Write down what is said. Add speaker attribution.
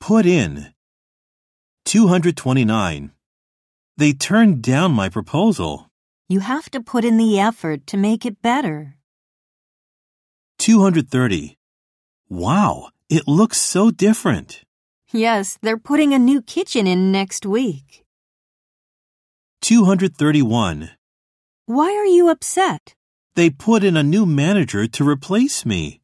Speaker 1: Put in. 229. They turned down my proposal.
Speaker 2: You have to put in the effort to make it better.
Speaker 1: 230. Wow, it looks so different.
Speaker 2: Yes, they're putting a new kitchen in next week.
Speaker 1: 231.
Speaker 2: Why are you upset?
Speaker 1: They put in a new manager to replace me.